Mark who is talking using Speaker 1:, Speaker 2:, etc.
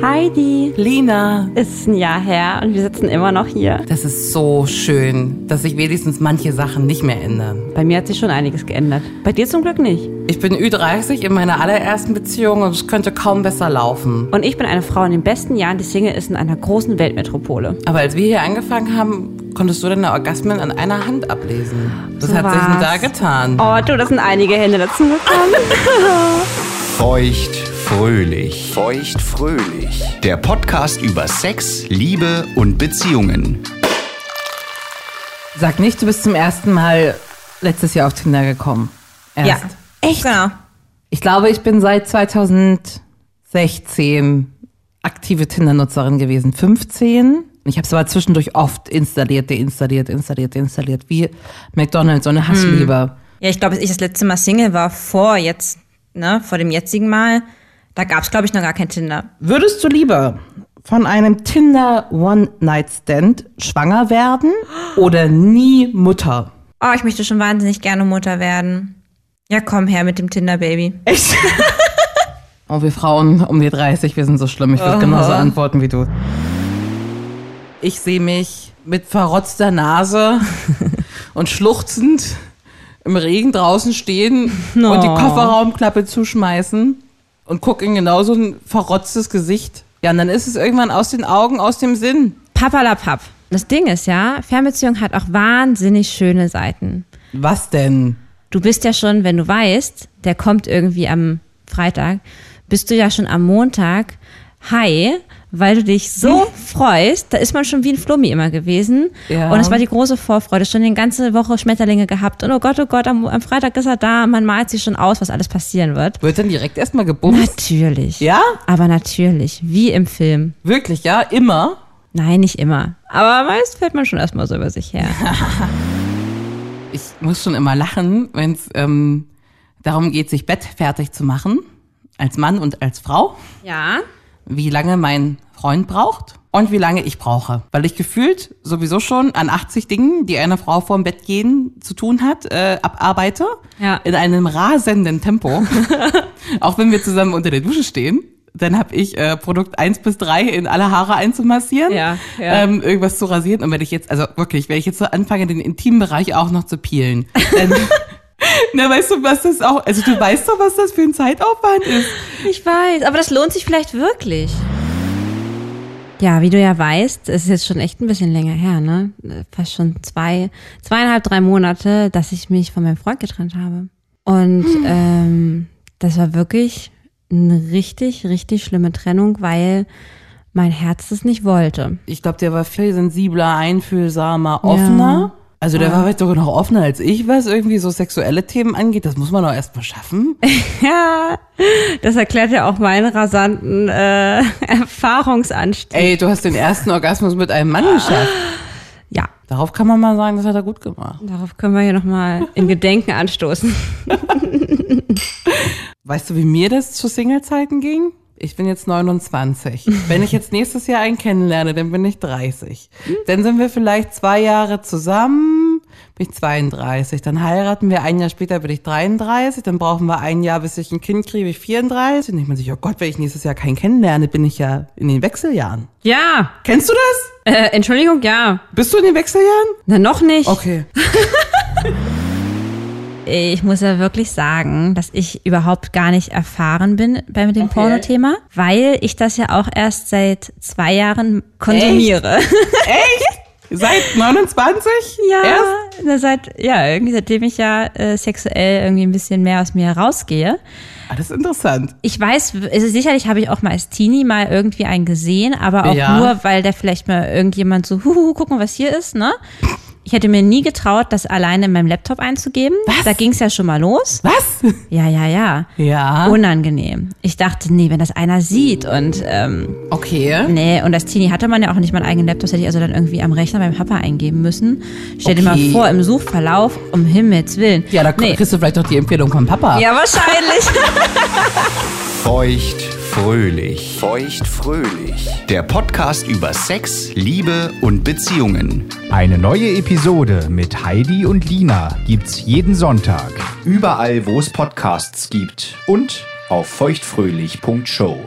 Speaker 1: Heidi,
Speaker 2: Lina,
Speaker 1: ist ein Jahr her und wir sitzen immer noch hier.
Speaker 2: das ist so schön, dass sich wenigstens manche Sachen nicht mehr ändern.
Speaker 1: Bei mir hat sich schon einiges geändert. Bei dir zum Glück nicht.
Speaker 2: Ich bin Ü30 in meiner allerersten Beziehung und es könnte kaum besser laufen.
Speaker 1: Und ich bin eine Frau in den besten Jahren, die Single ist in einer großen Weltmetropole.
Speaker 2: Aber als wir hier angefangen haben, konntest du deine Orgasmen an einer Hand ablesen. Das
Speaker 1: So
Speaker 2: hat sich denn
Speaker 1: war's.
Speaker 2: da getan.
Speaker 1: Oh, du, da sind einige Hände dazugekommen.
Speaker 3: Feucht fröhlich.
Speaker 4: Feucht fröhlich.
Speaker 3: Der Podcast über Sex, Liebe und Beziehungen.
Speaker 2: Sag nicht, du bist zum ersten Mal letztes Jahr auf Tinder gekommen. Erst.
Speaker 1: Ja. Echt?
Speaker 2: Genau. Ich glaube, ich bin seit 2016 aktive Tinder-Nutzerin gewesen. 15. Ich habe es aber zwischendurch oft installiert, deinstalliert, installiert, deinstalliert. Wie McDonalds, so eine Hassliebe.
Speaker 5: Ja, ich glaube, als ich das letzte Mal Single war vor jetzt, ne, vor dem jetzigen Mal, da gab's glaube ich, noch gar kein Tinder.
Speaker 2: Würdest du lieber von einem Tinder One-Night-Stand schwanger werden oder nie Mutter?
Speaker 5: Oh, ich möchte schon wahnsinnig gerne Mutter werden. Ja, komm her mit dem Tinder-Baby.
Speaker 2: Echt? oh, wir Frauen um die 30, wir sind so schlimm. Ich würde genauso antworten wie du. Ich sehe mich mit verrotzter Nase und schluchzend im Regen draußen stehen und die Kofferraumklappe zuschmeißen und gucke in genau so ein verrotztes Gesicht. Ja, und dann ist es irgendwann aus den Augen, aus dem Sinn.
Speaker 5: Papalapap. Das Ding ist ja, Fernbeziehung hat auch wahnsinnig schöne Seiten.
Speaker 2: Was denn?
Speaker 5: Du bist ja schon, wenn du weißt, der kommt irgendwie am Freitag, bist du ja schon am Montag hi, weil du dich so freust. Da ist man schon wie ein Flummi immer gewesen.
Speaker 2: Hm. Ja.
Speaker 5: Und es war die große Vorfreude. Schon die ganze Woche Schmetterlinge gehabt. Und oh Gott, oh Gott, am, am Freitag ist er da. Man malt sich schon aus, was alles passieren wird.
Speaker 2: Wird dann direkt erstmal gebumst?
Speaker 5: Natürlich.
Speaker 2: Ja?
Speaker 5: Aber natürlich. Wie im Film.
Speaker 2: Wirklich, ja? Immer?
Speaker 5: Nein, nicht immer. Aber meist fällt man schon erstmal so über sich her.
Speaker 2: ich muss schon immer lachen, wenn es ähm, darum geht, sich Bett fertig zu machen, als Mann und als Frau,
Speaker 5: ja.
Speaker 2: wie lange mein Freund braucht und wie lange ich brauche. Weil ich gefühlt sowieso schon an 80 Dingen, die eine Frau vorm Bett gehen zu tun hat, äh, abarbeite,
Speaker 5: Ja.
Speaker 2: in einem rasenden Tempo. Auch wenn wir zusammen unter der Dusche stehen. Dann habe ich äh, Produkt 1 bis 3 in alle Haare einzumassieren,
Speaker 5: Ja, ja.
Speaker 2: Ähm, irgendwas zu rasieren. Und wenn ich jetzt, also wirklich, wenn ich jetzt so anfange, den intimen Bereich auch noch zu peelen, dann, na, weißt du, was das auch, also du weißt doch, was das für ein Zeitaufwand ist.
Speaker 5: Ich weiß, aber das lohnt sich vielleicht wirklich. Ja, wie du ja weißt, es ist jetzt schon echt ein bisschen länger her, ne? Fast schon zwei, zweieinhalb, drei Monate, dass ich mich von meinem Freund getrennt habe. Und ähm, das war wirklich eine richtig, richtig schlimme Trennung, weil mein Herz das nicht wollte.
Speaker 2: Ich glaube, der war viel sensibler, einfühlsamer, offener. Also der war vielleicht sogar noch offener als ich, was irgendwie so sexuelle Themen angeht. Das muss man doch erst mal schaffen.
Speaker 5: Ja, das erklärt ja auch meinen rasanten äh, Erfahrungsanstieg.
Speaker 2: Ey, du hast den ersten Orgasmus mit einem Mann geschafft.
Speaker 5: Ja,
Speaker 2: Darauf kann man mal sagen, das hat er gut gemacht.
Speaker 5: darauf können wir hier nochmal in Gedenken anstoßen.
Speaker 2: Weißt du, wie mir das zu Single-Zeiten ging? Ich bin jetzt 29. Wenn ich jetzt nächstes Jahr einen kennenlerne, dann bin ich 30. Dann sind wir vielleicht zwei Jahre zusammen, bin ich 32. Dann heiraten wir, ein Jahr später bin ich 33. Dann brauchen wir ein Jahr, bis ich ein Kind kriege, bin ich 34. Und ich meine sich, oh Gott, wenn ich nächstes Jahr keinen kennenlerne, bin ich ja in den Wechseljahren.
Speaker 5: Ja,
Speaker 2: Kennst du das?
Speaker 5: Äh, Entschuldigung, ja.
Speaker 2: Bist du in den Wechseljahren?
Speaker 5: Na, noch nicht.
Speaker 2: Okay.
Speaker 5: Ich muss ja wirklich sagen, dass ich überhaupt gar nicht erfahren bin bei dem Porno-Thema, weil ich das ja auch erst seit zwei Jahren konsumiere.
Speaker 2: Seit 29?
Speaker 5: Ja,
Speaker 2: Erst?
Speaker 5: na, seit, ja, irgendwie seitdem ich ja äh, sexuell irgendwie ein bisschen mehr aus mir herausgehe.
Speaker 2: Ah, das ist interessant.
Speaker 5: Ich weiß, es ist sicherlich habe ich auch mal als Teenie mal irgendwie einen gesehen, aber auch
Speaker 2: Ja.
Speaker 5: nur, weil der vielleicht mal irgendjemand so, huhu, guck mal, was hier ist, ne? Ich hätte mir nie getraut, das alleine in meinem Laptop einzugeben. Da ging es ja schon mal los.
Speaker 2: Was?
Speaker 5: Ja, ja, ja.
Speaker 2: Ja.
Speaker 5: Unangenehm. Ich dachte, nee, wenn das einer sieht und ähm,
Speaker 2: Okay.
Speaker 5: nee, und als Teenie hatte man ja auch nicht mal einen eigenen Laptop, das hätte ich also dann irgendwie am Rechner beim Papa eingeben müssen. Stell dir mal
Speaker 2: Okay.
Speaker 5: vor, im Suchverlauf, um Himmels Willen.
Speaker 2: Ja, da
Speaker 5: nee.
Speaker 2: kriegst du vielleicht noch die Empfehlung von Papa.
Speaker 5: Ja, wahrscheinlich.
Speaker 3: Feucht fröhlich.
Speaker 4: Feucht fröhlich.
Speaker 3: Der Podcast über Sex, Liebe und Beziehungen.
Speaker 6: Eine neue Episode mit Heidi und Lina gibt's jeden Sonntag.
Speaker 3: Überall, wo es Podcasts gibt und auf feuchtfröhlich.show.